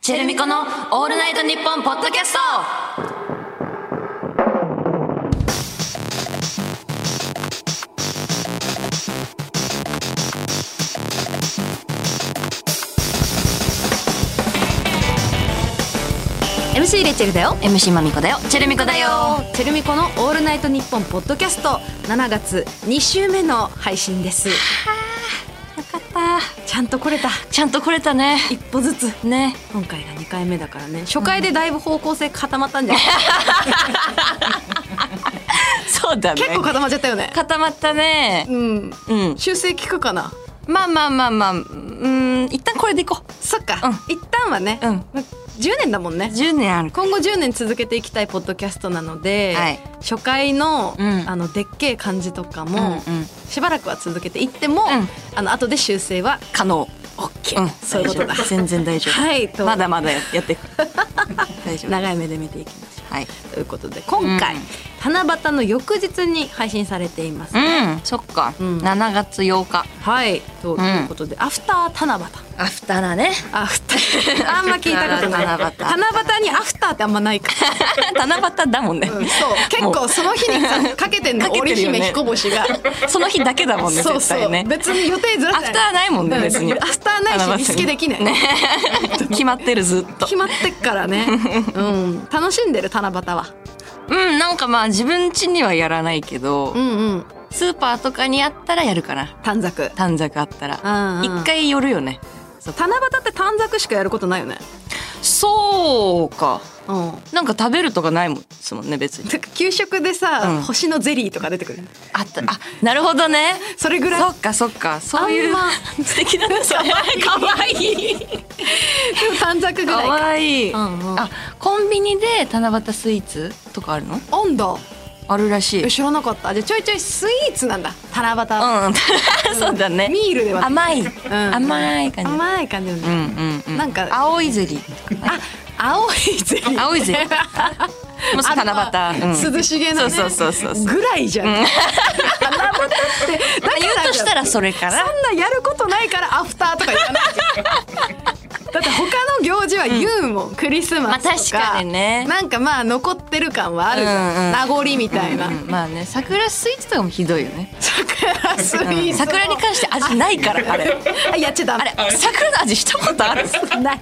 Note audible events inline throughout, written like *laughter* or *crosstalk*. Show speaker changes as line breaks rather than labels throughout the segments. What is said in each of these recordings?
チェルミコのオールナイトニッポンポッドキャスト
ー MC レイチェルだよ
MC まみこだよチェルミコだよ
チェルミコの「オールナイトニッポン」ポッドキャスト7月2週目の配信です
よかった
ちゃんと来れた
ちゃんと来れたね
一歩ずつ
ね
今回が2回目だからね初回でだいぶ方向性固まったんじゃない、
*laughs* そうだね
結構固まっちゃったよね
固まったね
うん
うん
修正効くかな
まあまあまあまあうん一旦これでいこ
そっか、一旦はね、
ううん
10年だもんね
10年ある
今後10年続けていきたいポッドキャストなので、
はい
初回の,、
うん
あのでっけえ感じとかも、
うんうん
しばらくは続けていっても、
ん
あの後で修正は
可能
OK、
うん
そういうことだ
大丈夫全然大丈夫
はいと
まだまだややっていく *laughs* 大丈夫
長い目で見ていきましょ
はい、
うということで今回、
うん
七夕の翌日に配信されています、
うんそっか、
うん
7月8日
はいと,、
ん
いうことでアフター七夕
アフターだね
アフターあんま聞いたことない
アフター七夕
七夕にアフターってあんまないか
*laughs*
ら
七夕だもんね、
うんそう結構その日にさかけてんの
かけて
織
るよね
姫彦星が。
その日だけだもんね
そう
絶
そう
対ね
別に予定ずら
アフターないもんね別に
うんアフターないしリスケできない、
ね *laughs* 決まってるずっと
決まってっから *laughs* ね、うん、楽しんでる七夕は
*laughs* うんなんかまあ自分家にはやらないけど、
うんうん
スーパーとかにあったらやるかな
短冊
短冊あったら
一
一、回寄るよね
七夕って短冊しかやることないよね
そうか
うん
なんか食べるとかないもんですもんね別に
てか給食でさ、
うん
星のゼリーとか出てくる
あったあなるほどね
それぐらい
そっかそっかそういう
あんま
素敵 *laughs* だねそれかわいい
短冊ぐ
から
い
わいい、
うんうん
あコンビニで七夕スイーツとかあるの
温度
あるらしい
え知らなかったじゃあちょいちょいスイーツなんだ七夕は、 *laughs*
うんそうだね
ミールでは
甘い、甘い感じ
甘い感じだ
う
ね、
んうんうん
なんか
青いゼリー
あ青いゼリー
青いゼリーもう
あの
七夕、うん、
涼しげなね
そうそうそうそう
ぐらいじゃん、七夕ってだから
言うとしたら
そ
それか
ん
ら
なやることないからアフターとか言わないじゃんだって他の行事は言うもん、クリスマスとか,、
まあ確かにね
なんかまあ残ってる感はあるじゃん、
うんうん
名残みたいな、
うんまあね桜スイーツとかもひどいよね、
桜スイ
うん
ーツの
桜に関して味ないからあれ
あやっちゃダ
あ
メ
れ桜の味したことある
ない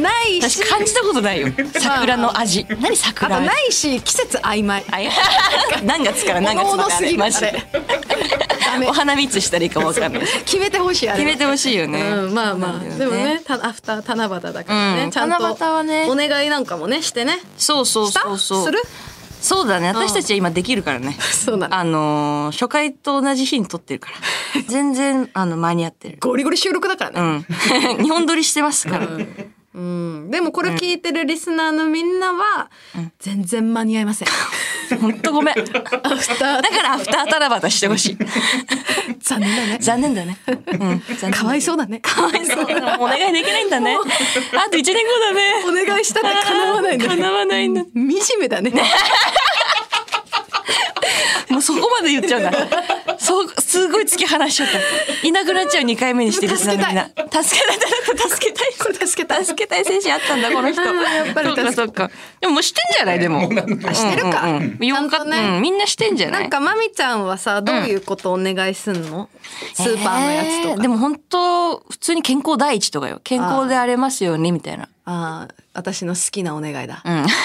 ないし
私感じたことないよ桜の味何
あ
桜
と
味
ないし季節曖昧
あいや *laughs* 何月から何月
物
ま
々
であ
すぎ
れ
る
マ
あ
ジで
れダメ
お花見いつしたらいいかわかんない
決めてほしいあれ
決めてほしいよね、
うん、まあまあ、
そうなんだ
で
よ
もねたアフター七夕だからね、
うん
ちゃんと
七夕はね
お願いなんかもねしてね
そうそう
した
そうそう
する
そうだね私たちは今できるからね、
そうなの
あのー初回と同じ日に撮ってるから *laughs* 全然あの間に合ってる
ゴリゴリ収録だから
う
ね、
ん *laughs* 日本撮りしてますから、
うんでもこれ聞いてるリスナーのみんなは、全然間に合いま *laughs* せん
ほんとごめんだか
アフター
らアフター七夕してほしい
残念だね
*laughs* 残念だね、うん、残念
かわいそうだねかわいそうだ
お願いできないん *laughs* だねあと1年後だ
お
ね
願いしたって叶わないね
叶わないんだ
惨めだね
もうそこまで言っちゃうんだそうすごい突き放しちゃったいなくなっちゃう2回目にしてる
助けたい
リスナーのみんな助けたい助けたい
これ助けた
助けたい精神あったんだこの人
あーやっぱり
そう
助け
かそうかでももうしてんじゃないでも
してるか
うんうんうんよかっ
ちゃんとね
うんみんなしてんじゃない
なんかまみちゃんはさどういうことお願いすんの、スーパーのやつと
え
か、
ーでも本当普通に健康第一とかよ健康であれますようにみたいな
ああ私の好きなお願いだ
うん
*laughs*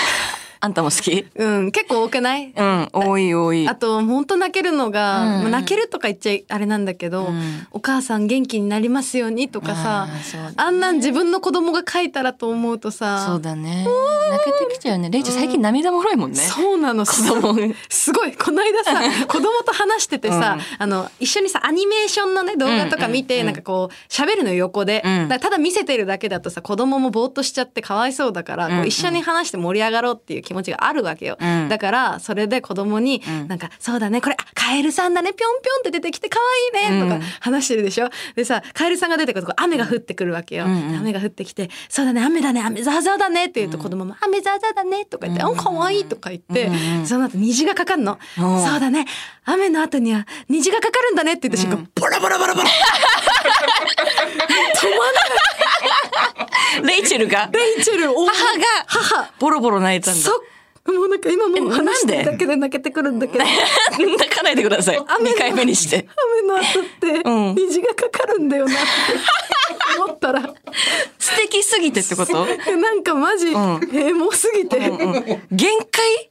あんたも好き
うん、結構多くない
うん多い多い
あと本当泣けるのが、
うんうん
まあ泣けるとか言っちゃあれなんだけど、
ん
お母さん元気になりますようにとかさ
あーそうだ
あんなん自分の子供が書いたらと思うと
そ
さ
うだね泣けてきちゃうよねレイチェル最近涙もろいもんね
そうなのす
供
すごいこの間
*laughs*
さ子供と話しててさ、あの一緒にさアニメーションのね動画とか見て、
うんうんうん
なんかこう喋るの横で、
うん
だからただ見せてるだけだとさ子供もぼーっとしちゃってかわいそうだか
う
ら、
ん
こ
うん
う一緒に話して盛り上がろうっていう気持ちがあるわけよ、
うん
だからそれで子供に、
うん
なんか「そうだねこれあカエルさんだねぴょんぴょんって出てきてかわいいね」と
うん
か話してるでしょでさカエルさんが出てくるとこう雨が降ってくるわけよ、
うんうん
雨が降ってきて「そうだね雨だね雨ザーザーだね」って言うと子供も「雨ザーザーだね」とか言って
う
「あ
ん
んかわいい」とか言って、
うんうん
その後虹がかかんの。
うん
そうだね。雨の後には虹がかかるんだねって
*laughs*
言った瞬間、ボラボラボラボラ。止まらない。
*laughs* レイチェル
*laughs*
が
レイチェル、お
母が
母。
ボロボロ泣いたんだ。
そもうなんか今もう
え
話して
なんで
るだけで泣けてくるんだけど、
*laughs* 泣かないでくだ *laughs* さい。
の
2回目にして。
雨の後って
うん
虹がかかるんだよなって思ったら、
素敵すぎてってこと
えなんかマジ、えもうすぎて、
*laughs* 限 *laughs* 界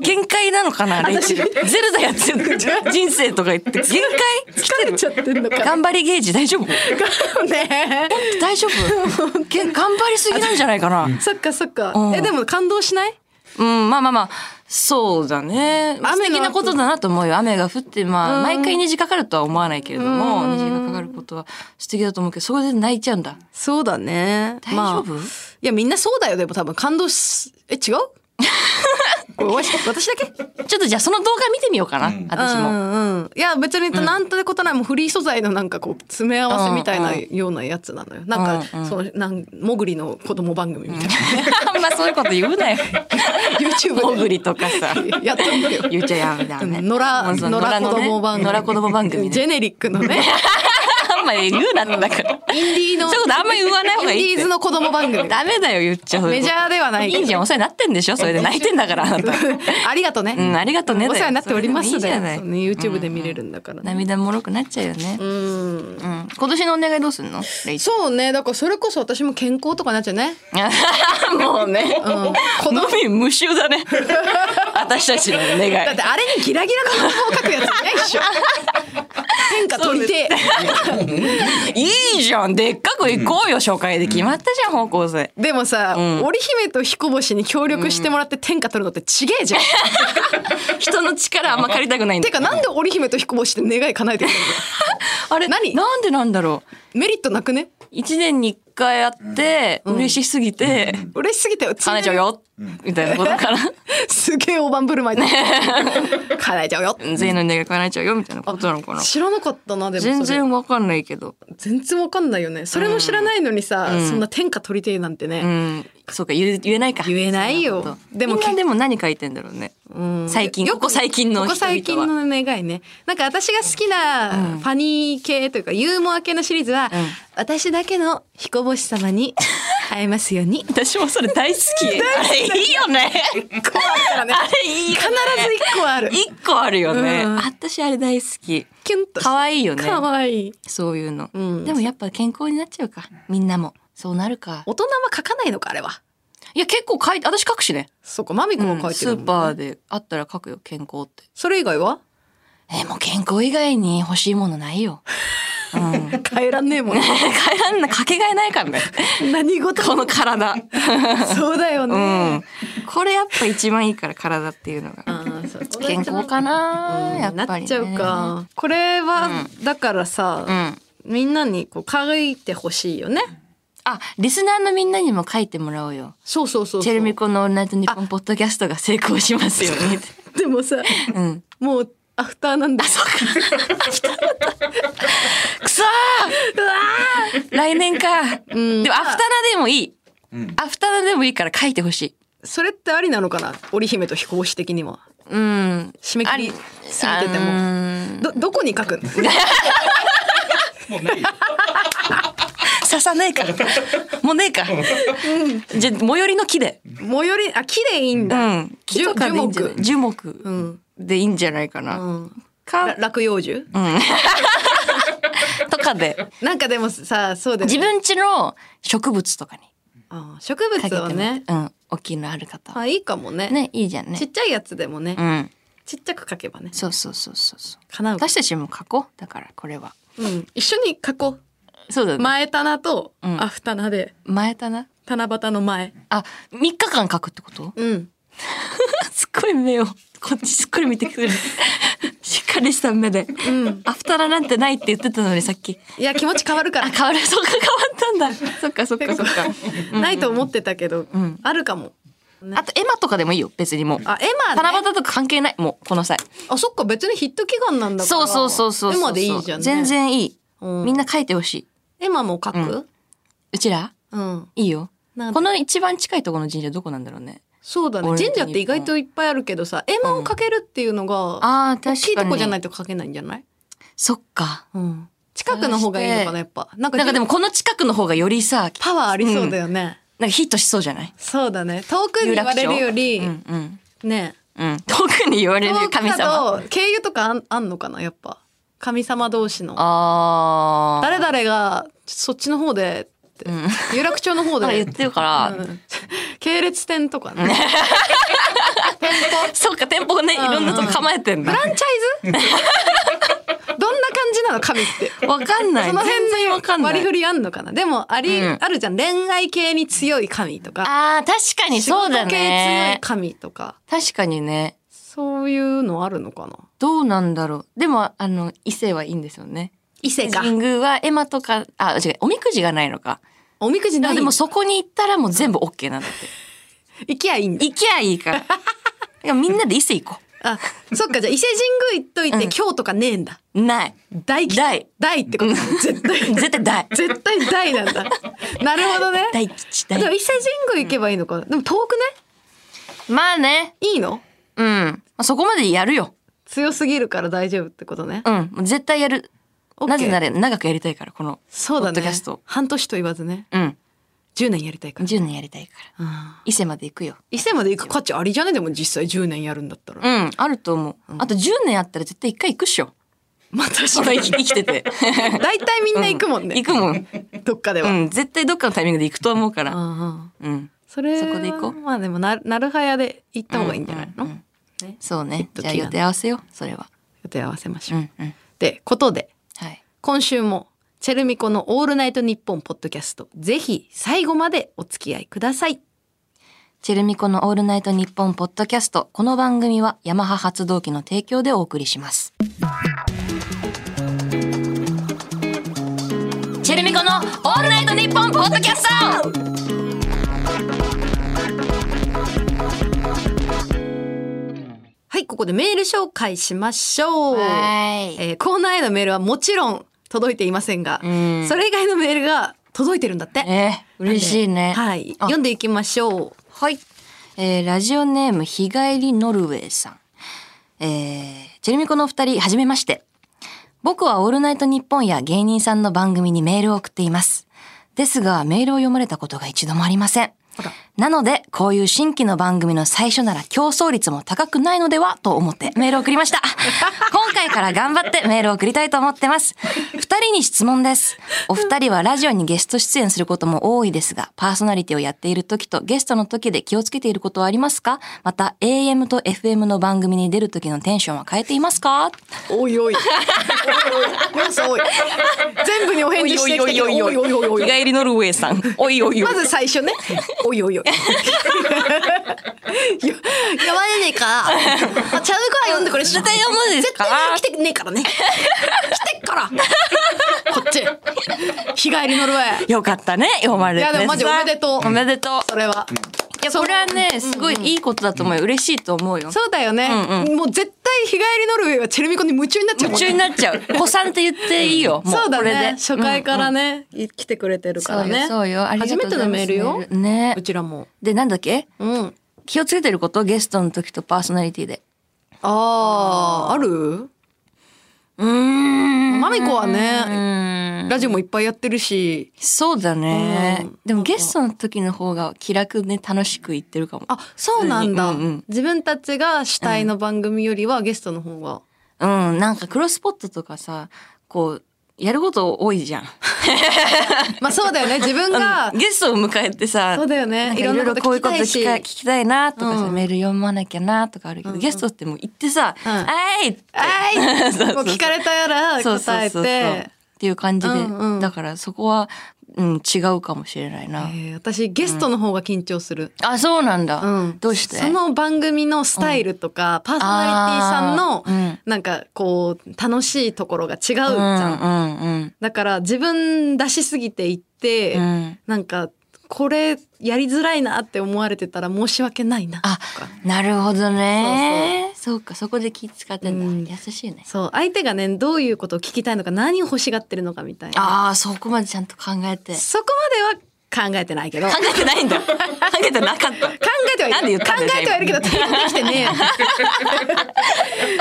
限界なのかなレイチェル。ゼルダやってる人生とか *laughs* 言って。限界
疲れちゃってんのか。
頑張りゲージ大丈夫
*laughs* ね
大丈 *laughs* 夫げ頑張りすぎなんじゃないかな
えそっかそっか
う。ん
え、でも感動しない
うん、まあまあまあ、そうだね。
後
素敵なことだなと思うよ。雨が降って、まあ、毎回虹かかるとは思わないけれども、虹がかかることは素敵だと思うけど、そこで泣いちゃうんだ。
そうだね。
大
ま
丈
あ
夫、
いや、みんなそうだよ。でも多分感動し、え、
*laughs*
違うこれわし私だけ
ちょっとじゃあその動画見てみようかな、私
う
も。
んうん、いや別になんとでことない、もうフリー素材のなんかこう詰め合わせみたいなようなやつなのよ、なんか、そのなんもぐりの子供番組みたいな、
あんまそういうこと言うなよ。
YouTube で
モグリとかさ。
やってるよ
言っちゃやだ
う
ね。
ん野良
もうその
野良
のね
子供番組
野良子供番組
ジ
ね。
ェネリック
*laughs*
のね
あんま言うなだから。
インディーの
そういうことあんま言わない方がいいって
インディーズの子供番
*laughs*
組
ダメだよ、言っちゃう。
メジャーではない
いいじゃん、お世話になってんでしょそれで泣いてんだから、あなた。
*laughs*
*laughs*
ありがとね、
うんありがとねだよ
お世話になっております
それ
だ
で
よ
もいいじゃない
そうね YouTube で見れるんだから、ね
涙もろくなっちゃうよね。うん。
うん
今年のお願いどうすんのレイチ
そうねだからそれこそ私も健康とかなっちゃう
*laughs*
ね、
もうね。
うん、子供
のみ無臭だ *laughs* ね。私たちのお願い。
だってあれにギラギラの顔を描くやついないっ
*laughs*
しょ。天下取りてえ。
いいじゃん、でっかく行こうよ、初回で決まったじゃん、方向性。
でもさ、織姫と彦星に協力してもらって天下取るのってちげえじゃん。
人の力あんま借りたくないんだ
て。かなんで織姫と彦星って願い叶えてくれる
*laughs* あれ
何
なんでなんだろう。
の？メリットなくね？
一年に一回会って、嬉しすぎて、
嬉しすぎて
叶えちゃう。よ、みたいなことから、 *laughs*
すげえ大盤振る舞いだ。叶えちゃうよ。
全員の願い叶えちゃうよ、みたいなことなのかな。
知らなかったなでもそれ
全然わかんないけど。
全然わかんないよねそれも知らないのにさ、そんな天下取りてえなんてね、
うん。そうか、言え言えないか。
言えないよ
そんなこと
でも
みんなでも何書いてんだろうね。最近、
よ
こ
く
こ最近の
ここ
人
最近
々は。
の願いねなんか私が好きなファニー系というかユーモア系のシリーズは、私だけの彦星
*laughs*
様に会えますように
私もそれ大好き。 *laughs* あれいいよね。
1個あったらね
あれいいよね。
必ず1個ある
一個あるよね。
うん
私あれ大好き。
キュンと
可愛いよね。
かわいい
そういうの、
ん
でもやっぱ健康になっちゃうか。みんなも。そうなるか。
大人は書かないのかあれはい
や、結構書いて、私書くしね。
そっかマミコも
うん
書いて
ス
るもん、
ーパーであったら書くよ、健康って。
それ以外は
えーもう健康以外に欲しいものない *laughs* よ。うん。
変えらんね
*laughs*
えもん
帰らんな、かけがえないからね。
何
*laughs*
事
この体。
そうだよ
う
ね、
ん。これやっぱ一番いいから、体っていうのが。
あーそう
健康かな、やっぱり、
な
ね。
っちゃう。かこれは、だからさ、
うん。
みんなにこう書いてほしいよね。
あ、リスナーのみんなにも書いてもらおうよ。
そうそうそうそう
チェルミコのオールナイトニッポンポッドキャストが成功しますように。
でもさ、
*laughs* うん。
もうアフターなんだ。そうか。
くそー来年か。でもアフタナでもいい。アフタナでもいいから書いてほしい。
それってありなのかな、織姫と飛行士的には。
うん。
締め切り過ぎてて
う
も。
ん
ど、どこに書く *laughs* の。
もうないよ。
刺さねえから。もうねえか。じゃあ、最寄りの木で。
最寄り、あ、木でいいん
う
だ。
ん。木とかでいいんじゃない樹木でいいんじゃないか
う
な。
ん。ら
か、
落葉樹。
とか
*laughs*
で。
なんかでもさ、そうです、
自分家の植物とかに
あ植
かけ
物
ても
は
ね
ね。。
うん。大きいのある方は。
あ、いいかもね
ね、いいじゃんね
ち。っちゃいやつでもね
う。ん。
ちっちゃく書けばね。
そうそうそうそうそう。
叶う。
私たちも書こう。だから、これは。
うん。一緒に書こ
そうだ
う。
ね。
前棚と
うん
アフ棚で、
前だな。
七夕の前。
あ、3日間書くってこと
うん。
すっごい目を、こっちすっごい見てく *laughs* る。しっかりした目で。
うん。
アフタラなんてないって言ってたのにさっき。
いや、気持ち変わるから
*laughs* あ、。変わる、そっか変わったんだ。そっかそっかそっか。
ないと思ってたけど、
ん
あるかも。ね
あと、エマとかでもいいよ、別にもう。
あ、エマ、
七
ね、
夕とか関係ない、もう、この際。
あ、そっか、別にヒット祈願なんだか
そ
ら。
うそうそうそうそう。
エマでいいじゃん、ね。
全。然いい。
うん
みんな書いてほしい。
エマも書く、
うちら
うん、
いいよ。
なん
この一番近いところの神社どこなんだろうね。
そうだね。
俺の
神社って意外といっぱいあるけどさ、エマを書けるっていうのが、
ああ、
大
確
きい
か
と
に。
こじゃないと書けないんじゃない
そっか。
うん。近くの方がいいのかな、やっぱ。なんか
なんかでもこの近くの方がよりさ、
パワーありそうだよね。
なんかヒットしそうじゃない
そうだね。遠くに言われるより、
うんうん。
ね。
うん。遠くに言われる
遠く
神様。
だと、経由とかあんあんのかな、やっぱ。神様同士の。
あー。
誰々が、そっちの方で、って有楽町の方
なんか
で
言っ。てるから、
うん系列店とかね。
そうか、店舗がね、いろんなとこ構えてんだ
*laughs* フ。ランチャイズどんな感じなの神って。
わかんない。
その辺
全然わかんな
の割り振
い。
りあんのかなでもあり、
うん
あるじゃん恋愛系に強い神とか
あー、確かにそうだ
仕事系強い
ね。
神とか
確かにね。
そういうのあるのかな
どうなんだろう。でも、あの、異性はいいんですよね。
伊勢か
神宮はエマとか、あ、違う、おみくじがないのか。
おみくじない
でもそこに行ったらもう全部 OK なんだって。
行きゃいいんだ
行きゃいい
*laughs*
から。だからみんなで伊勢行こ
あそっかじゃあ伊勢神宮行っといて、
うん
今日とかねえんだ
う。ない。
大吉
大
大ってこと絶対 *laughs*
絶対大。
絶対大なんだなるほどね
大吉
でも
大。
伊勢神宮行けばいいのかなでも遠く
まあね。
ねいいの
うん。まあ、そこまでやるよ。
強すぎるから大丈夫ってことね、
うん。もう絶対やる。
OK
なぜなら長くやりたいから、この。
そうだ
ポッド
ね
キャスト
半年と言わずね
うん。
10年やりたいから、
10年やりたいから。
うん
伊勢まで行くよ。
伊勢まで行く価値ありじゃねでも実際10年やるんだったら、
うん。あると思う。あと10年あったら絶対1回行くっしょ。
まあ確
そ *laughs*
か
の
に
生き生きて
*laughs*
て。
大体みんな行くもんね、
行くもん。
どっかでは、
う
うん
ん。絶対どっかのタイミングで行くと思うから。
うん
うん。
それ
そ
は
こで行こう
まあでもななるはやで行った方がいいんじゃないの、
うんうんうんそうね。
と
じゃあ
気が
予定合わせよう。それは。
予定合わせまし
う
ょう、
んうん。
でことで
はい。
今週もチェルミコの「オールナイトニッポン」ポッドキャストぜひ最後までお付き合いください
チェルミコのオールナイトニッポンポッドキャスト。この番組はヤマハ発動機の提供でお送りします。チェルミコのオールナイトニッポンポッドキャスト
はいここでメール紹介しましょう
はい
えーコーナーへのメールはもちろん届いていませんが、
ん
それ以外のメールが届いてるんだって、
えー、嬉しいね。
はい
あ
読んでいきましょう
はい。えーラジオネーム、日帰りノルウェーさん。えーチェルミコのお二人、はじめまして。僕はオールナイトニッポンや芸人さんの番組にメールを送っています。ですが、メールを読まれたことが一度もありません。なので、こういう新規の番組の最初なら競争率も高くないのではと思ってメールを送りました。今回から頑張ってメールを送りたいと思ってます。二人に質問です。お二人はラジオにゲスト出演することも多いですが、パーソナリティをやっている時とゲストの時で気をつけていることはありますかまた、AM と FM の番組に出る時のテンションは変えていますか
おいおいおいおい要素多い全部にお返事してきたけどおいおいおいおい
りノルウェーさん。おいおい
まず最初ねおいおいおいよ読まれねえからチャルミコは読んでくれ絶対
読むんですか
来てねえからね来てっからこっち日帰りノルウェー
よかったね、読まれて
いや
さ。
でもマジおめでとう
おめでとう。
それはい
や、これはね、すごいいいことだと思うよ。嬉しいと思うよ。
そうだよね、もう絶対日帰りノルウェーはチェルミコに夢中になっちゃう
夢
もん
中になっちゃう。子さんって言っていいよ。も
*laughs* そうだ
これで
ね。初回からね、い来てくれてるからね
そうよそうよありがとう
初め
ござ
て
います
のメールよ
ね
うちらも
で、なんだっけ
うん
気をつけてることゲストの時とパーソナリティで。
あーある
うーん。
マミコはね
うん。
ラジオもいっぱいやってるし
そうだね
うん。
でもゲストの時の方が気楽で楽しくいってるかも。
あそうなんだ、
うんうん
自分たちが主体の番組よりはゲストの方が、
うん。なんかクロスポットとかさ、こう、やること多いじゃん。
まあそうだよね自分が
ゲストを迎えてさ、
そうだよね
なんか
い
いろ
ろんないこ
ろ
と
こうい
聞
う
き
こと
た
聞
いし
か聞きたいなとかさ、
うん
メール読まなきゃなとかあるけど、ゲストってもう行ってさ、
うん
あいって *laughs*
あいもう聞かれたやら
そうそう
答え
そうそう
て
っていう感じで、
うんうん
だからそこは、うん、違うかもしれないな。
えー私ゲストの方が緊張する、
あ、そうなんだ。
うん
どうして
その番組のスタイルとか、パーソナリティさんの、
あーうん
なんかこう楽しいところが違うじゃ
うん
ん、
うん
だから自分出しすぎていって、
うん。うん
なんかこれやりづらいなって思われてたら申し訳ないなと
あ
か、
なるほどね。そうか、そこで気使ってんだ。
うん
優しいね。
そう相手がねどういうことを聞きたいのか何を欲しがってるのかみたいな
ああ、そこまでちゃんと考えて。
そこま考えてないけど。考
考えて *laughs* ないんだ。考えてなかった。
えてはいる。
なんで言ったんだよ
考えてはいるけど、提供できてね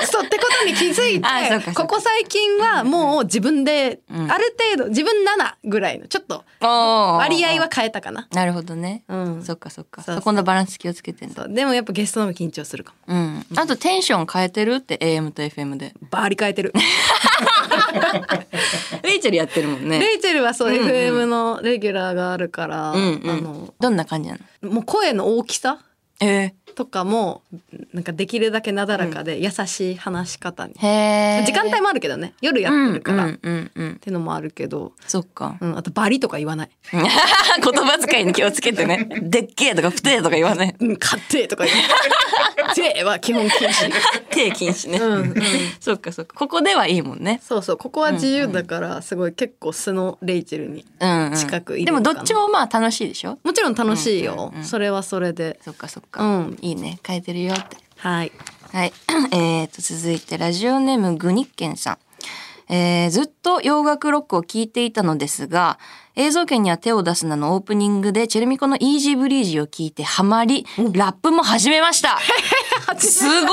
え。そうってことに気づい
あそうかそ
て、
うか
ここ最近はもう自分で、ある程度、自分7ぐらいの、ちょっと
おー
割合は。変えたかな。
なるほどね。
うん
そっかそっか。
そうそう
そこのバランス気をつけてんだ。
そうでもやっぱゲストの方が緊張するかも。
うん。あとテンション変えてるって AM と FM で。
バリ変え
*laughs*
てる。
レイチェルやってるもんね。
レイチェルはそう、
うんうん
FM のレギュラーがあるから、
うんう
あの
ん。どんな感じなの
もう声の大きさ
え
とかもなんかできるだけなだらかで優しい話し方に、
ー、へー
時間帯もあるけどね夜やってるから、
う
っ
んうんうんうん。
てのもあるけど、
そっか。
うん、あとバリとか言わない、
*laughs* 言葉遣いに気をつけて *laughs* ね。でっけえとか、ふてえとか言わ *laughs* ない。
うん、勝手とか言わない *laughs* J は基本禁止
手禁止ね。
うんうん
そっかそっか。ここではいいもんね。
そうそうここは自由だからすごい結構素のレイチェルに
うん、うん。
近くいる
で
か
も
な
どっちもまあ楽しいでしょ
もちろん楽しいよ、
うんうんうん
それはそれで
そっかそっか。
うん
いいね。変えてるよって。
はい
はい。 *clears throat* えーと、続いてラジオネームグニッケンさん。えーずっと洋楽ロックを聴いていたのですが、映像圏には手を出すなのオープニングでチェルミコのイージーブリージーを聴いてハマり、ラップも始めま
*laughs*
した。すごっ、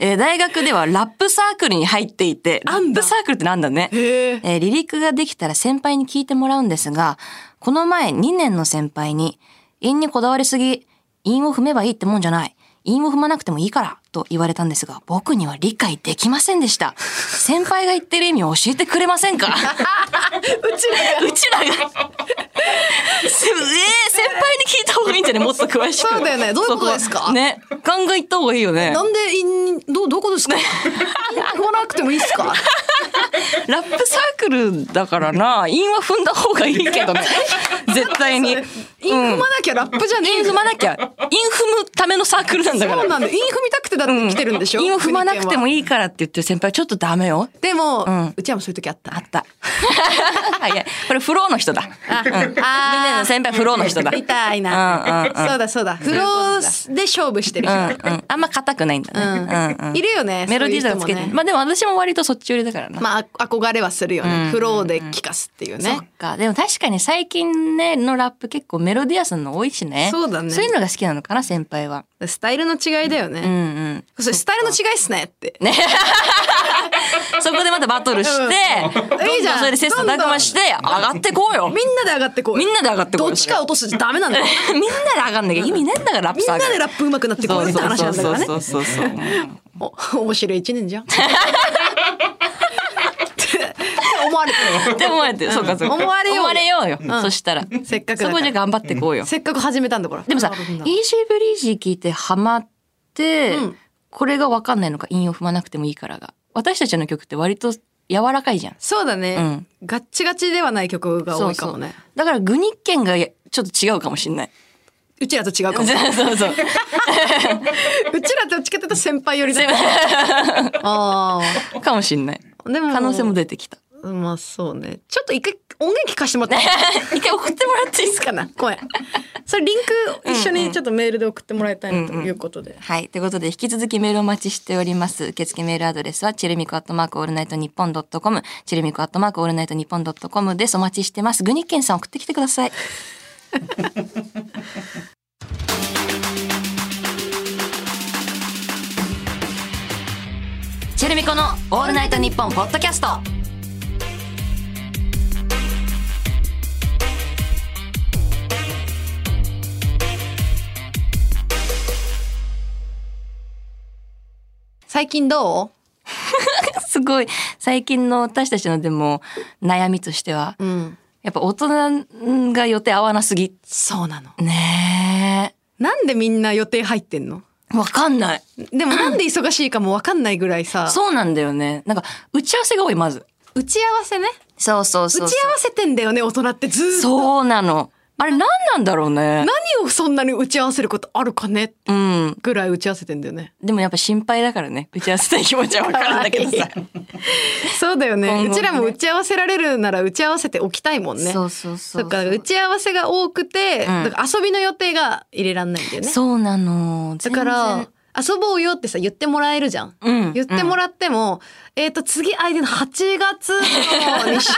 えー大学ではラップサークルに入っていて、ラ
あん
ッ
だ
プサークルってなんだね。
へ *laughs* え
えー、リリックができたら先輩に聞いてもらうんですが、この前2年の先輩に、韻にこだわりすぎ、韻を踏めばいいってもんじゃない。韻を踏まなくてもいいから、と言われたんですが、僕には理解できませんでした。先輩が言ってる意味を教えてくれません
*laughs*
か
うちらが
うちらが。せえー、先輩に聞いた方がいいんじゃないもっと詳しく。
そうだよねどういうこと
そは
ですか
ね。ガンガン言った方がいいよね。
なんでいんどうどういうこと *laughs* ですか言わなくてもいいですか
ラップサークルだからな、韻は踏んだ方がいいけ
*laughs*
どね。絶対に。
イン踏まなきゃラップじゃねえ
韻
よ
踏まなきゃ。韻踏むためのサークルなんだから。
そうなんだ。イン踏みたくてだって来てるんでしょ。
韻を踏まなくても
いい。
いいからって言ってる先輩はちょっとダメよ。
でも、うんうちはもそういう時あった。
あった。はいはい。これフローの人だ。
あ、
ねえ
あ
ねえ先輩フローの人だ。うんうん
痛い
うん
な
う。んうん
そうだそうだ。フローで勝負してる人だ。
あんま硬くないんだね。うんう
うんん。いるよね。
メロディーとかつ
そう
け
いう
て
人
ね
もね
まあでも私も割とそっち寄りだからな。
まああ憧れはするよね。フローで聞かすっていう
そ
ね
っ。か。でも確かに最近ね、のラップ結構メロディアスなの多いしね。
そうだね
そういうのが好きなのかな、先輩は。
スタイルの違いだよ
うん
ね。
うん。
それスタイルの違いっすねって。
そこでまたバトルして、どんどん
いいじゃん
それで切磋琢磨して、上がってこうよ。
みんなで上がってこう。
みんなで上がってこう
どっちか落とすじゃダメな
*laughs*
んだよ。
みんなで上がんなきゃ意味ないんだから、ラップ
みん
サー
な
クル
でラップ上手くなってこうよって話なんだからね。
そうそうそうそうそう
お面白い一年じ *laughs* ゃん。って思われてる
でも思われて、そうかそうか。
思われようよ
うよ。そしたら。
せっかくだ
そ
から
こじゃ頑張ってこうよ。
せっかく始めたんだから。
でもさ、イージーブリージー聞いてハマって、
うん
これがわかんないのか、韻を踏まなくてもいいからが。私たちの曲って割と柔らかいじゃん。
そうだね、
うん
ガッチガチではない曲が多いかもね。う
そうそうだからグニッケンがやちょっと違うかもしんない。
ちらと違う
*laughs*
か
そう
も。
そ
*laughs*
うそう。
うちらどっちかっていうと先輩よりだからあ
かもしんない。
あ。でも
可能性も出てきた。
まあそうね。ちょっと一回音源聞かしてもらっていい
一回送ってもらっていいです
です
か
かな声。それリンク一緒にちょっとメールで送ってもらいたいなということで。
はい。ということで、引き続きメールお待ちしております。受付メールアドレスは、チェルミコアットマークオールナイトニッポンドットコム、チェルミコアットマークオールナイトニッポンドットコムです。お待ちしてます。グニッケンさん送ってきてくだ *laughs* さい。チェルミコのオールナイトニッポンポッドキャスト。
最近ど
すごい、最近の私たちのでも、悩みとしては、
ううん。
やっぱ大人が予定合わなすぎ。
そうなの。
ね
なんでみんな予定入ってんの
え。わかんない。
でもなんで忙しいかもわかんないぐらいさ。
そうなんだよね。なんか、打ち合わせが多い、まず。
打ち合わせね。
そうそう
打ち合わせてんだよね、大人ってずーっと。
そうなの。あれ何なんだろうね。
何をそんなに打ち合わせることあるかね
うん。
ぐらい打ち合わせてんだ
*laughs*
よね。
でもやっぱ心配だからね。打ち合わせたい気持ちはわかるんだけどさ。
そうだよ
今後
ね。
ね
うちらも打ち合わせられるなら打ち合わせておきたいもん
*laughs*
ね。
そうそうそう。
だから打ち合わせが多くて、
ん
だから遊びの予定が入れらんないんだよね。
そうなの。
だから、遊ぼうよってさ、言ってもらえるじゃん。
うん
言ってもらっても、えっ、と、次相手の8月の2週間し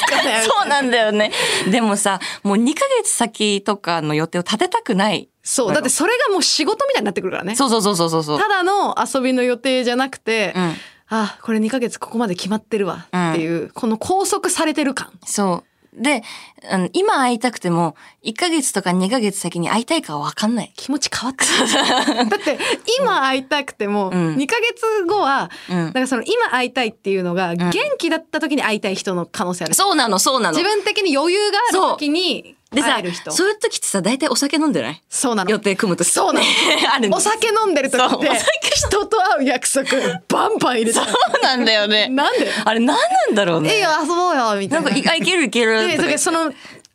かだよ。
そうなんだよね。でもさ、もう2ヶ月先とかの予定を立てたくない。
そう。だってそれがもう仕事みたいになってくるからね。
そうそうそうそうそうそう。
ただの遊びの予定じゃなくて、
うん
あ、これ2ヶ月ここまで決まってるわっていう、この拘束されてる感。
そう。で、あの今会いたくても、1ヶ月とか2ヶ月先に会いたいかはわかんない。
気持ち変わっ
*laughs*
てるだって今会いたくても
うん
2ヶ月後は、
うん
なんかその今会いたいっていうのが元気だった時に会いたい人の可能性ある、
そうなの、そうなの。
自分的に余裕がある時に
でさ
会える人、
そういう時ってさ、大体お酒飲んでない
そうな
予
の
定組む時。
そうな
*laughs* あるんで
のお
す
酒飲んでる時
そう
っ
お酒
て人と会う約束バンバン入れて
そうなんだよね。
なん
*laughs*
で
あれ何なんだろう
「えい
ね。
よ遊ぼうよ」みた
ないん
な
か、いあいけるいける
で
とか言って。
その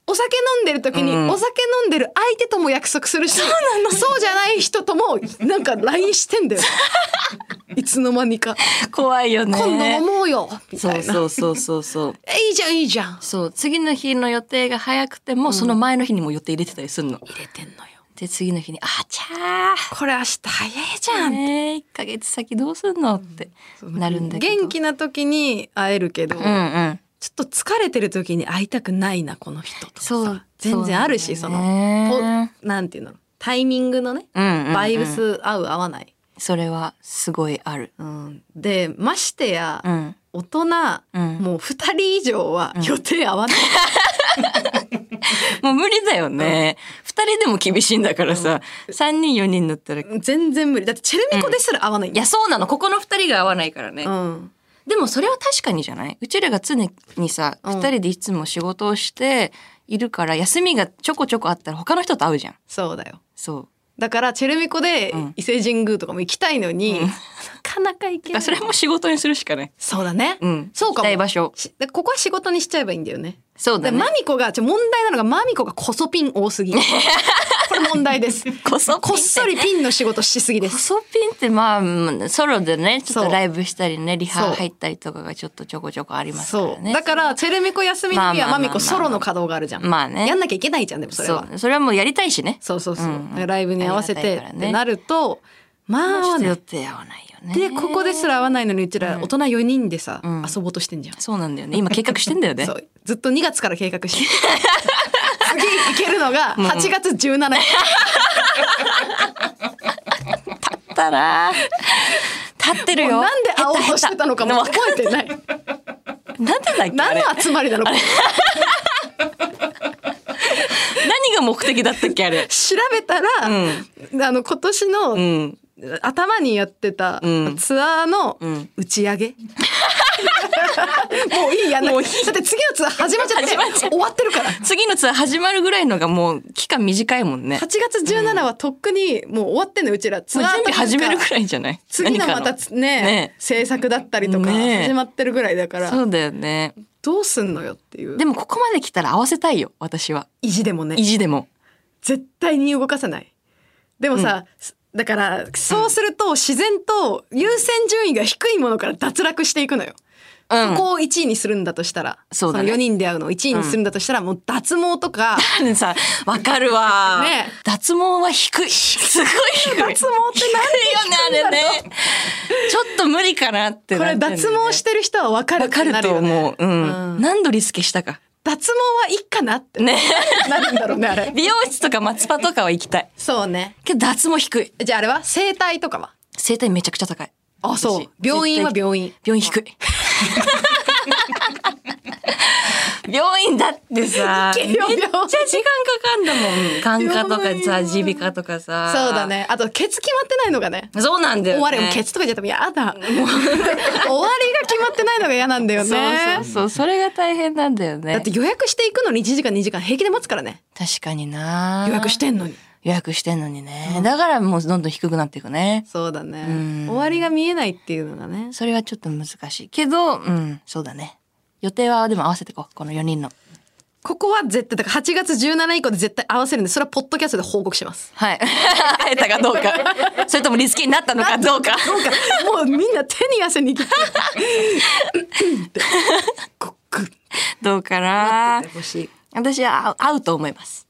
お酒飲んでる時に、
うん
お酒飲んでる相手とも約束するしそうじゃない人ともなんか LINE してんだ
*laughs*
よいつの間にか
怖いよね。
今度飲もうよみたい
そ
な
うそうそうそうそう。
えいいじゃんいいじゃん
そう次の日の予定が早くても、その前の日にも予定入れてたりするの。
入れてんのよ
で次の日に「あちゃ
これ明日早いじ
ー
ゃん、
ね1ヶ月先どうすんの?」ってなるんだけど。
元気な時に会えるけど、
うんうん、
ちょっと疲れてる時に会いたくないなこの人とか
そうそう
さ全然あるしそ,、
なんだよね
のぽなんていうのタイミングのね
うんうんうん
バイブス合う合わない、
それはすごいある。
うん、でましてや、
うん
大人、
うん
もう2人以上は予定合わ
*laughs*
ない、
もう無理だよね、二人でも厳しいんだからさ、三人四人だったらい
全然無理だってチェルミコですら合わないんだ
や
よ、
そうなのここの二人が合わないからね、
うん
でもそれは確かにじゃないうちらが常にさ
うん
二人でいつも仕事をしているから休みがちょこちょこあったら他の人と会うじゃん
そうだよ
そう
だからチェルミコで
ん
伊勢神宮とかも行きたいのに、
うん
なかなか行け
だか
な
ら
い
それも仕事にするしかない
そうだね、
うん
そうか
行きたい
も
場所
しでここは仕事にしちゃえばいいんだよね
そう
でマミコがちょ問題なのがマミコがコソピン多
*laughs*
すぎこれ問題です
こそ
こっそりピンの仕事しすぎ
*laughs*
で
コ
す
ソピンってまあうんソロでねちょっ
そ
と
う
ライブしたりねリ
そ
ハ
う
入ったりとかがちょっとちょこちょこありますか
そ
ら
う
ね
だからチェルミコ休みの日
まあまあまあ
は
まあ
マミコソロの稼働があるじゃん
まあね
やんなきゃいけないじゃんでもそれは
そうそれはもうやりたいしね
そうそうそう、
うんうん
だからライブに合わせ
あり
て
がたいから
っ
ね
てなるとまあ合
ちょ
わ
っと予
ない
定合わないよね
でここですら合わないのにうちら大人4人でさ、
ん
遊ぼうとしてんじゃん、
そうなんだよね今計画してんだよね
*laughs* そうずっと2月から計画して
*laughs*
次行けるのが8月17日、
ったら立ってるよ
もうなんで会おうとしてたのかも
下手
覚え
*laughs*
てない
なんでだっけあ
何
れ
の集まりなのか
何が目的だったっけあれ
調べたら、あの今年の、
うん
頭にやってた
うん
ツアーの
ん
打
*laughs*
ち上げ、もういいやんなくてだって次のツアー始まっちゃって
始まっちゃう
終わってるから
次のツアー始まるぐらいのがもう期間短いもんね
8月17はとっくにもう終わってんのうちらツ
もう
アー
準
と
備
か
始めるぐらいじゃない
次の
何か
またつね
ね
制作だったりとか
ね
始まってるぐらいだから、
そうだよね
どうすんのよっていう
でもここまで来たら合わせたいよ私は
意地でもね
意地でも
絶対に動かさないでもさ、だからそうすると自然と優先順位が低いものから脱落していくのよ、
うん
ここを1位にするんだとしたら
そうだね
の4人で会うのを1位にするんだとしたら、もう脱毛と
*laughs*
か
ねさわかるわ、
ね
脱毛は低いすごい低い
脱毛って
*laughs* 低いよねあれねちょっと無理かなって
こ
な
れ
ってんだよね
脱毛してる人は分かる
わ
っ
か
て
る
なる
と
よね
思う、うん
うん
何度リスケしたか
脱毛はいいかなって
ね
なるんだろうねあれ
美容室とか松葉とかは行きたい
そうね
けど脱毛低い
じゃああれは整体とかは
整体めちゃくちゃ高い
あそう
私
病院は
絶対
病院
病院低い病院だって *laughs* さめ
行
っち
けよ
ゃ
病
時
院
間かかんだもん眼科とかさ
病院
耳鼻科とかさ
*laughs* そうだねあとケツ決まってないのがね
そうなんだよ、
終
ね、
わりもケツとかじゃ多分やだ終わりが決まってないのが嫌なんだよね
そうそうそうそれが大変なんだよね
だって予約していくのに1時間2時間平気で待つからね
確かにな
予約してんのに
予約してんのにね、だからもうどんどん低くなっていくね
そうだね
うん
終わりが見えないっていうのがね
それはちょっと難しいけどうんそうだね予定はでも合わせてこうこの4人の
ここは絶対だから8月17以降で絶対合わせるんでそれはポッドキャストで報告します
はい会えたかどうかそれともリスケになったのかどうか
なんかもうみんな手に汗 *laughs* 握ってうんってこうグッ
どうかな
なっててほしい
私は合う合うと思います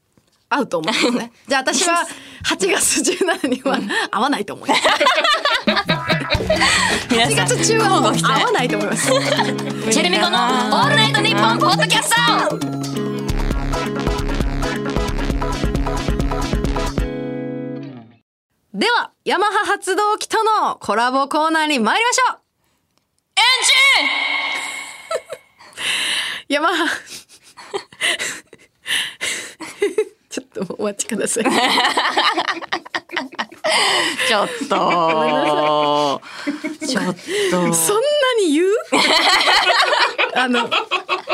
合うと思いますね。 *laughs* じゃあ私は8月17には合わないと思います。
皆
8
さん
月中はもう合わないと思います。
チェルミコの「オールナイトニッポン」ポッドキャスト
*laughs* では、ヤマハ発動機とのコラボコーナーに参りましょうエンジンヤマ *laughs* ハ。ちょっともうお待ちください。
ちょっと *laughs* ちょっと
*laughs* そんなに言う *laughs* あの、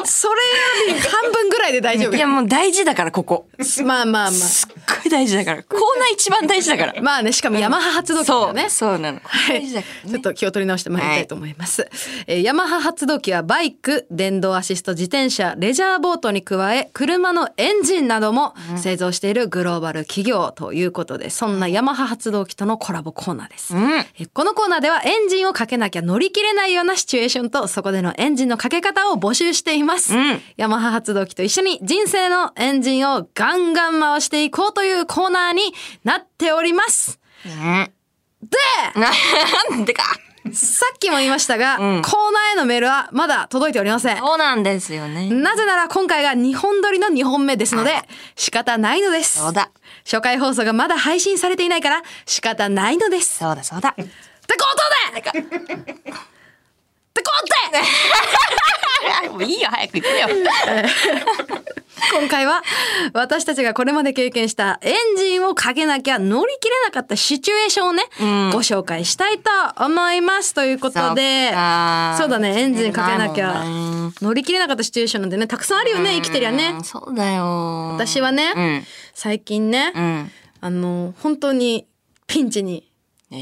それより半分 *laughs* ぐらいで大丈
いや
夫。
もう大事だからここ
まあまあます
っごい大事だからコーナー一番大事だ *laughs* から
あ。まあね、しかもヤマハ発動機だ
そ
よ
う
ね。
そうなの
はい
大事だから
ちょっ
ね
と気を取り直してまいりたいと思います、えーヤマハ発動機はバイク電動アシスト自転車レジャーボートに加え車のエンジンなども製造しているグローバル企業ということでそんなヤマハ発動機とのコラボコーナーです、
うん
えーこのコーナーではエンジンをかけなきゃ乗り切れないようなシチュエーションとそこでのエンジンのかけ方を募集しています、
うん
ヤマハ発動機と一緒に人生のエンジンをガンガン回していこうというコーナーになっております
なんでか
さっきも言いましたが、
うん
コーナーへのメールはまだ届いておりません。
そうなんですよね
なぜなら今回が2本撮りの2本目ですので、仕方ないのです。
そうだ
初回放送がまだ配信されていないから、仕方ないのです。っ
そうだそうだ
てことでってこと
*laughs*
で
もういいよ早く行くよ
今回は私たちがこれまで経験したエンジンをかけなきゃ乗り切れなかったシチュエーションをね、
ん
ご紹介したいと思いますということで
そっか
そうだねエンジンかけなき
ないもん
ゃ
ね
乗り切れなかったシチュエーションなんてねたくさんあるよね生きてりゃね
うんそうだよ
私はね、
うん
最近ね、
うん
あの本当にピンチに
え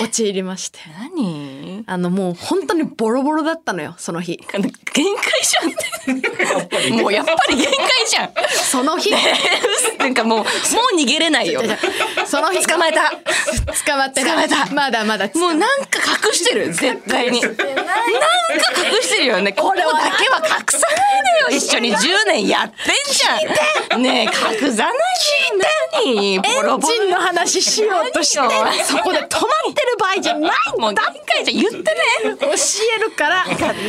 ー
陥りまして
何
あのもう本当にボロボロだったのよその日
限界じゃんもう *laughs* やっぱり限界じ *laughs* ゃん
その日
なんかもうもう逃げれないよ
*laughs* その日
捕まえた
捕まってない
捕まえた
まだまだ
もうなんか隠して *laughs* る絶対になんか隠してるよね *laughs* これだけは隠さないでよ一緒に10年やってんじゃんねえ隠さないで何ボロボロ
エンジンの話しようとして
何よ
そこで止まってる場合じゃない
もう何回じゃ言ってね
教えるから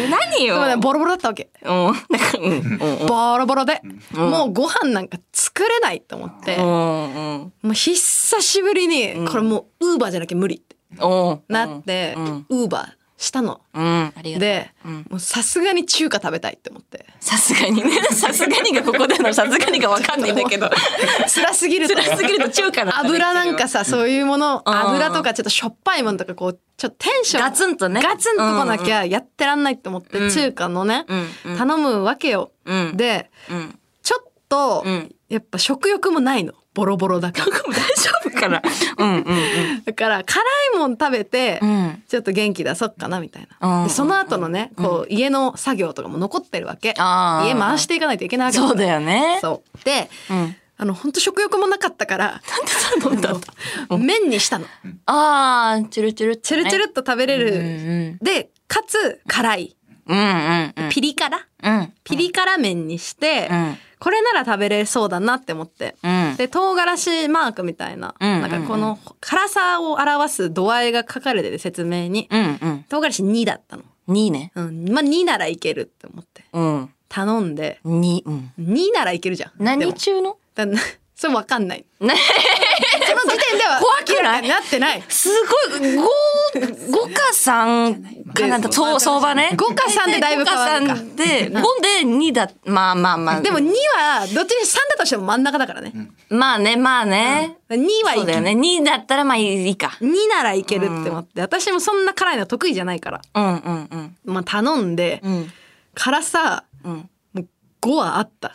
何よ
でもねボロボロだったわけ
うんなんかうんうん
ボロボロで、もうご飯なんか作れないと思って、
うんうん
もう久しぶりに、これもうウーバーじゃなきゃ無理って
うん
なって
うん
ウーバーしたの。
うんありがとう
で、もうさすがに中華食べたいって
*laughs*
思って
さすがにねさすがにがここでのさすがにがわかんないんだけ *laughs* ど
辛すぎると
辛すぎると中華の
油なんかさそういうもの
ん
油とかちょっとしょっぱいものとかこうちょっとテンション
ガツンとね
ガツンとこなきゃやってらんないって思って中華のね
うんうん
頼むわけよ
うん
で
うん
ちょっと
うん
やっぱ食欲もないのボロボ
*laughs*
ロだから
大丈夫かなうんうん
だから辛いもん食べて
うんうん
ちょっと元気出そっかなみたい
うん
なでその後のねこう家の作業とかも残ってるわけ
あー
家回していかないといけないわけ
そうだよね
そうで
うん
あの本当食欲もなかったから
頼んだ
あの麺にしたの
あーチュルチュル
チュルチュル
っ
っと食べれ
て
る、
ね
でかつ辛い
うんうんうん
ピリ辛
うん
ピリ辛麺にして、
うん
これなら食べれそうだなって思って、
うん
で唐辛子マークみたいな、
うんうんうん
なんかこの辛さを表す度合いが書かれてて説明に、
うんうん
唐辛子2だったの、
二ね
うん、まあ2ならいけるって思って
うん
頼んで
二うん
2ならいけるじゃんでも
何中の
だそれわかんない
*laughs* ね
その時点では
怖くない
なってない
すごい五五か三かなんだそう相場ね
5か3でだいぶ変わる
五
か
か三で五で二だまあまあまあ
でも2はどっちに3だとしても真ん中だからね、
まあねまあね
2はい
そうだよね二だったらまあいいか
2ならいけるって思って、私もそんな辛いの得意じゃないから、
うんうんうん
まあ、頼んで、
うん
辛さ
うん
もう5はあった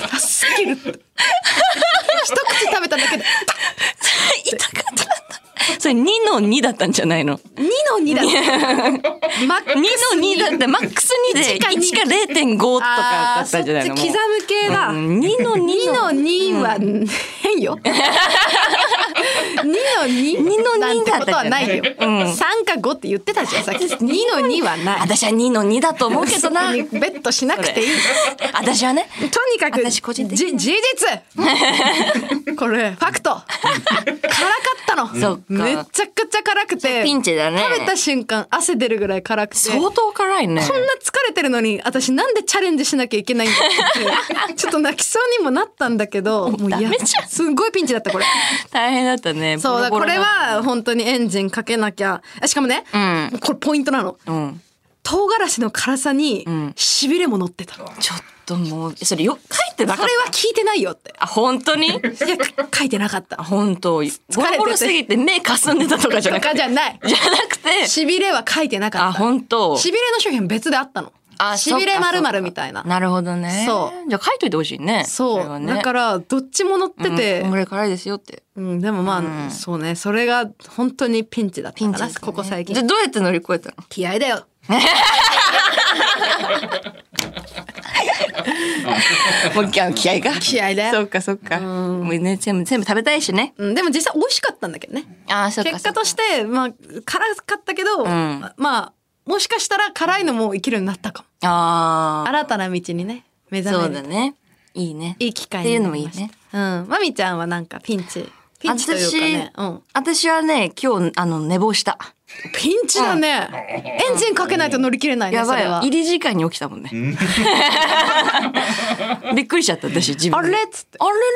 辛すぎるって一口食べただけで
痛かった。それ2の2だったんじゃないの ?2
2の2だマック
の2だって、マックス2で1
か
か
2
0.5とかだったんじゃないの
あーそっち刻む系だ、
2の2の
2の2は変よ2の
二の二
2なんてことはないよ
だったじゃないうん
3か5って言ってたじゃんさっき2の2はない
私は2の2だと思うけど *laughs* な。
別途しなくていい
私はね。
とにかく
私個人的に
じ事実これファクト辛かったの
そっか
めちゃくちゃ辛くて
ピンチだね。
食べた瞬間汗出るぐらい辛くて
相当辛いね。
こんな疲れてるのに私なんでチャレンジしなきゃいけないんだってちょっと泣きそうにもなったんだけどもう
ダ
や
メじゃん
すんごいピンチだったこれ
大変だったね。
そうだ
ボ
こ
ロボ
れ
ロだ
は本当にエンジンかけなきゃしかもね、
うん
これポイントなの
った。うん。
唐辛子の辛さに
ん
しびれも乗ってた、こ
ちょっともう、それよ、書いてなか
れ
っ
は聞いてないよって
た。あ、本当に
いやか書いてなかった
本当。ボロボロすぎて目かすんでたとかじゃなく
とか
て。
じゃない
じゃなくて、
しびれは書いてなか
あ、
った
本当。
しびれの商品別であったの
あ
しびれ
そっか
ま
そ
る
っ
ま
か
るみたいな
なるほどね。
そ
じゃあ書いといてほしいね。
そ
れは
う、
ね
だからどっちも乗ってて、
うんこれ辛いですよって。
うん、でもまあ、そうねそれが本当にピンチだった
ピ
か
ン
な
チですね
ここ最
じゃあ
近
どうやって乗り越えたの
気合だよ
もう気合気合が。
気合だ
*laughs*
よ
そうかそうか。もうね、全部、全部食べたいしね。
うんでも実際美味しかったんだけどね
ああ、そうか。
結果と
し
してまあ辛かったけど、
ん
まあもしかしたら辛いのも生きるようになったかも
て。ああ。
新たな道にね目
そ
覚
う
め
だ
る、
ね。いいね。
いい機会
っていう
に
の
な
もい
り
い
ました
ね。
うんまみちゃんはなんかピンチピンチというかね、うん、
私はね、今日、あの、寝坊した。
ピンチだね、エンジンかけないと乗り切れないね
や
そ
ばい
れ
よ
は。
入り時間に起きたもんね。 *laughs* びっくりしちゃった、私、自分
あ
で。
れっつって
あれれれれ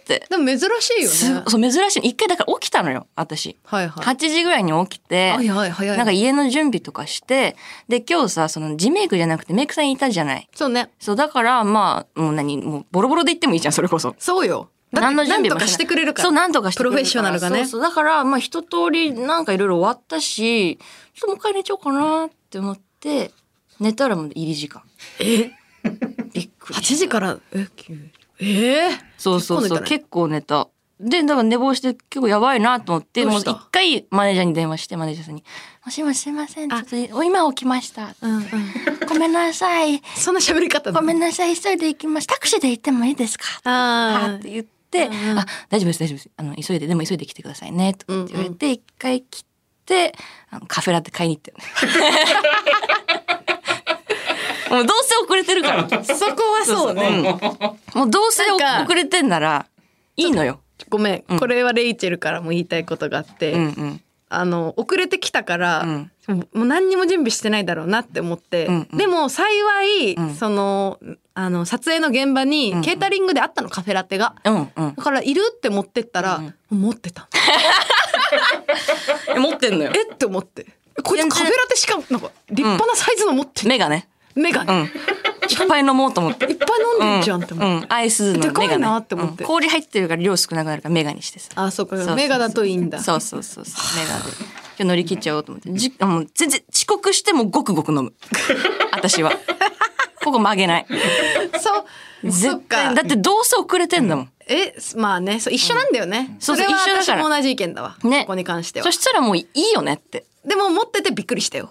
って。
でも珍しいよ
す
ね
そう、珍しい。一回、だから起きたのよ、私。
はいはい
8時ぐらいに起きて、
はいはい早い
なんか家の準備とかして、で、今日さ、その、地メイクじゃなくてメイクさんいたじゃない。
そうね
そう、だから、まあ、もう何、もうボロボロで言ってもいいじゃん、それこそ。
そうよだって
何の準備
なん
も
とかしてくれるから
そう、なんとかしてくれるから
プロフェッショナルが
そ
ね
うそうだから、まあ、一通りなんかいろいろ終わったし、ちょっともう一回寝ちゃおうかなって思って、寝たらもう入り時間。
え
びっくり。
8時からえ急えー、
そうそうそう、
結
結構寝た。で、だから寝坊して結構やばいなと思って、
どう
もう
した
一回マネージャーに電話して、マネージャーさんに、もしもしすいません、ちょっと今起きました。
うんうん、
ごめんなさい。
そんな喋り
*laughs*
方
ごめん
な
なさい、急いで行きます。タクシーで行ってもいいですか
あ
っ
ー
て言って、
うんうん
あ、大丈夫です、大丈夫です。あの、急いで、でも急いで来てくださいね、とかって言われて、一、回来て、あのカフェラテ買いに行った
*laughs*
よね。もうどうせ遅れてるから。
そこはそうね
もうどうせ
なんか
遅れてんなら、いいのよ。
ごめん、
ん
これはレイチェルからも言いたいことがあって、
うんうん。
あの遅れてきたから、
うん
もう何にも準備してないだろうなって思って、
うんうん
でも幸い、
ん
そのあの撮影の現場に
ん
ケータリングであったの、カフェラテが。
うんうん
だ。からいるって持ってったら、持って
*laughs*
たの
え持ってんのよ。
えって思ってこいつ
全然
カフェラテしかもなんか立派なサイズの持って、
目がね。
メガ
う
ネ、
ん。いっぱい飲もうと思って。
いっぱい飲ん *laughs* でんじゃんって思って、
うん、アイスのメガネ。
でかいなって思って
うん氷入ってるから量少なくなるからメガにしてさ。
あそうか
そうそうそう
メガだといいんだ
そうそうそうそう。メガで。今日乗り切っちゃおうと思って。じあもう全然遅刻してもごくごく飲 *laughs* む。私は。ここ曲げない。
そうそ
絶
っか
対。だってどうせ遅れてんだもん。
えまあねそう一緒なんだよね、
そうそう
れは
一緒だ
私
から
も同じ意見だわ、
ね
ここに関しては
そしたらもういいよねって。
でも持っててびっくりしたよ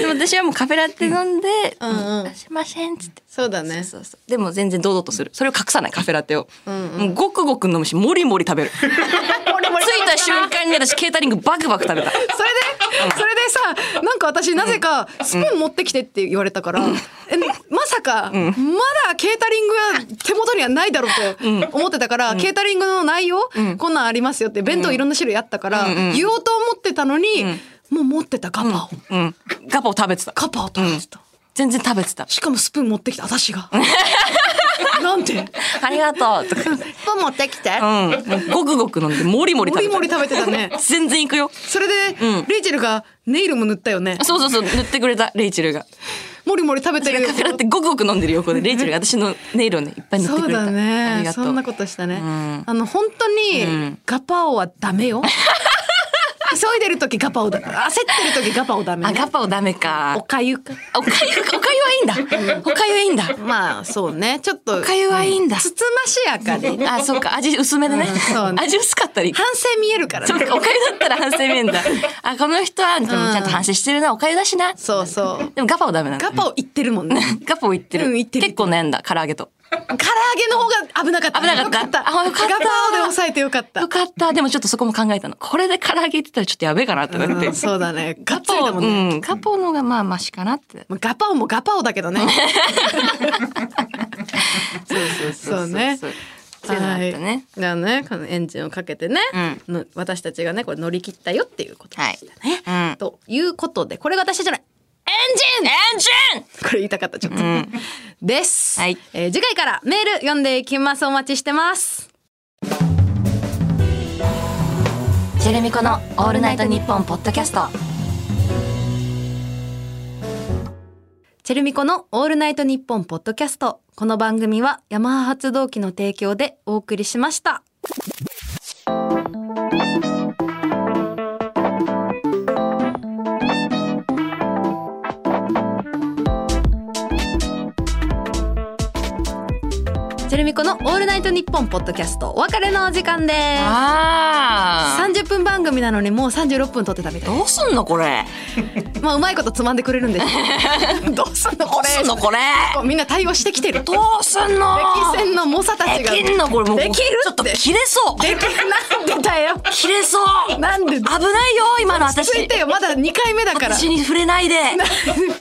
でも私はもうカフェラテ飲んで、
うんうん
あすいませんっつって。
そうだね
そうそうでも全然堂々とするそれを隠さないカフェラテを、もうごくごく飲むしもりもり食べる *laughs* 着いた瞬間に私ケータリングバクバク食べた
それでそれでさなんか私なぜかスプーン持ってきてって言われたから、えまさか、まだケータリングは手元にはないだろうと思ってたから、ケータリングの内容、こんなんありますよって弁当いろんな種類あったから、言おうと思ってたのに、もう持ってたガパを、
うんガパを食べてた
ガパを取ってた、
全然食べてた
しかもスプーン持ってきた私 *laughs* がなんて
ありがとう
*laughs*
とか
スプーン持ってきて
うんもうごくごく飲んでもりもり
も
食べ
り
た
もり食べてた
*laughs*
ね
全然いくよ
それで、レイチェルがネイルも塗ったよね
そうそうそう塗ってくれたレイチェルが
もりもり食べて
私
る
がカフェラテごくごく飲んでる横でレイチェルが私のネイルをねいっぱい塗って
そ
く
う
れた
だ
あり
ね
がとう
そんなことしたね、
ん
あの本当にガパオはダ
*laughs*
メよ急いでる時ガパオだ焦ってる時ガパオダメ、
あ
ね、
ガパオダメ
お
か
かゆか
おかゆおかゆはいいんだおかゆはいいんだ
まあそうねちょっと
おかゆはいいんだ
つつましやかでね
あ、そっか、味薄めでね
うんそう。ね
味薄かったり。
反省見えるから
そっ
ね
か、おかゆだったら反省面だ。あ、この人は、でもちゃんと反省してるな、おかゆだしな。
そうそう
でもガパオダメなの。
ガパオ言ってるもんね
ガパオいって
うん
る。
言ってる
結構悩んだ、唐揚げと。
唐揚げの方が危なかった。
危なかった
よ
あよかった
ガバーで抑えてよかった
よ。かった。でもちょっとそこも考えたの。これで唐揚げ言ってたらちょっとやべえかなってなって
うん。そうだ
*laughs*
ね。ガッツリ
ガパ
だも
オ、
んね。
うん。ガパオの方がまあマシかなって。
まあガパオもガパオだけどね。そうね
そう *laughs* そういうのがあったね。
はいだね、このエンジンをかけてね、の私たちがね、これ乗り切ったよっていうことでしたね。
はいうん
ということで、これが私じゃない。エンジン
エンジン
これ言いたかった、ちょっと。です、
はい
えー次回からメール読んでいきます。お待ちしてます。
ジェレミコのオールナイトニッポンポッドキャスト。
チェルミコのオールナイトニッポンポッドキャスト。この番組はヤマハ発動機の提供でお送りしました。チェルミコのオールナイトニッポンポッドキャストお別れのお時間です。
あ
30分番組なのにもう36分撮ってたみたい
どうすんのこれ。
まあうまいことつまんでくれるんです
*laughs*
よどうすんの
ど
こ
うす
れ
んのこれ。
こうみんな対応してきてる
どうすんの。
歴戦の猛者たち
で
が
きんのこれもう。
できるって
ちょっと切れそう。
できなんでだ
*laughs*
よ
切れそう。
なんで
危ないよ今の
つい
私。
てよまだ2回目だから
私に触れないで。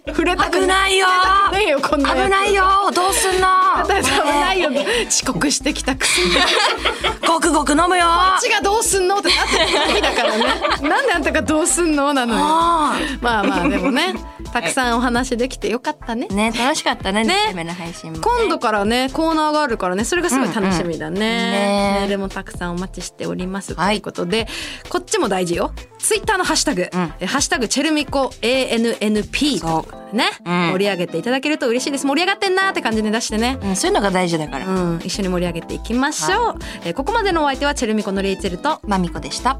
触れたく
危ないよ
触れたくねえよこんなやつ
危ないよどうすんの。
危ないよ遅刻してきたく
*laughs*
せにこ
ごくごく飲むよ。
っちがどうすんのってなってる時だからねなんであんたがどうすんのなのよ
あ
まあまあでもねたくさんお話できてよかったね
あ。ね楽しかったね。
ね
二回目の配信も。
今度からねコーナーがあるからねそれがすごい楽しみだね,、
ね
メールもたくさんお待ちしております、
はい
ということでこっちも大事よツイッターのハッシュタグ「えハッシュタグチェルミコ ANNP」
そう
とかね、
ん
盛り上げていただけると嬉しいです盛り上がってんなーって感じで出してね
うんそういうのが大事だから。
うん、一緒に盛り上げていきましょう、えーここまでのお相手はチェルミコのレイチェルと
まみこでした。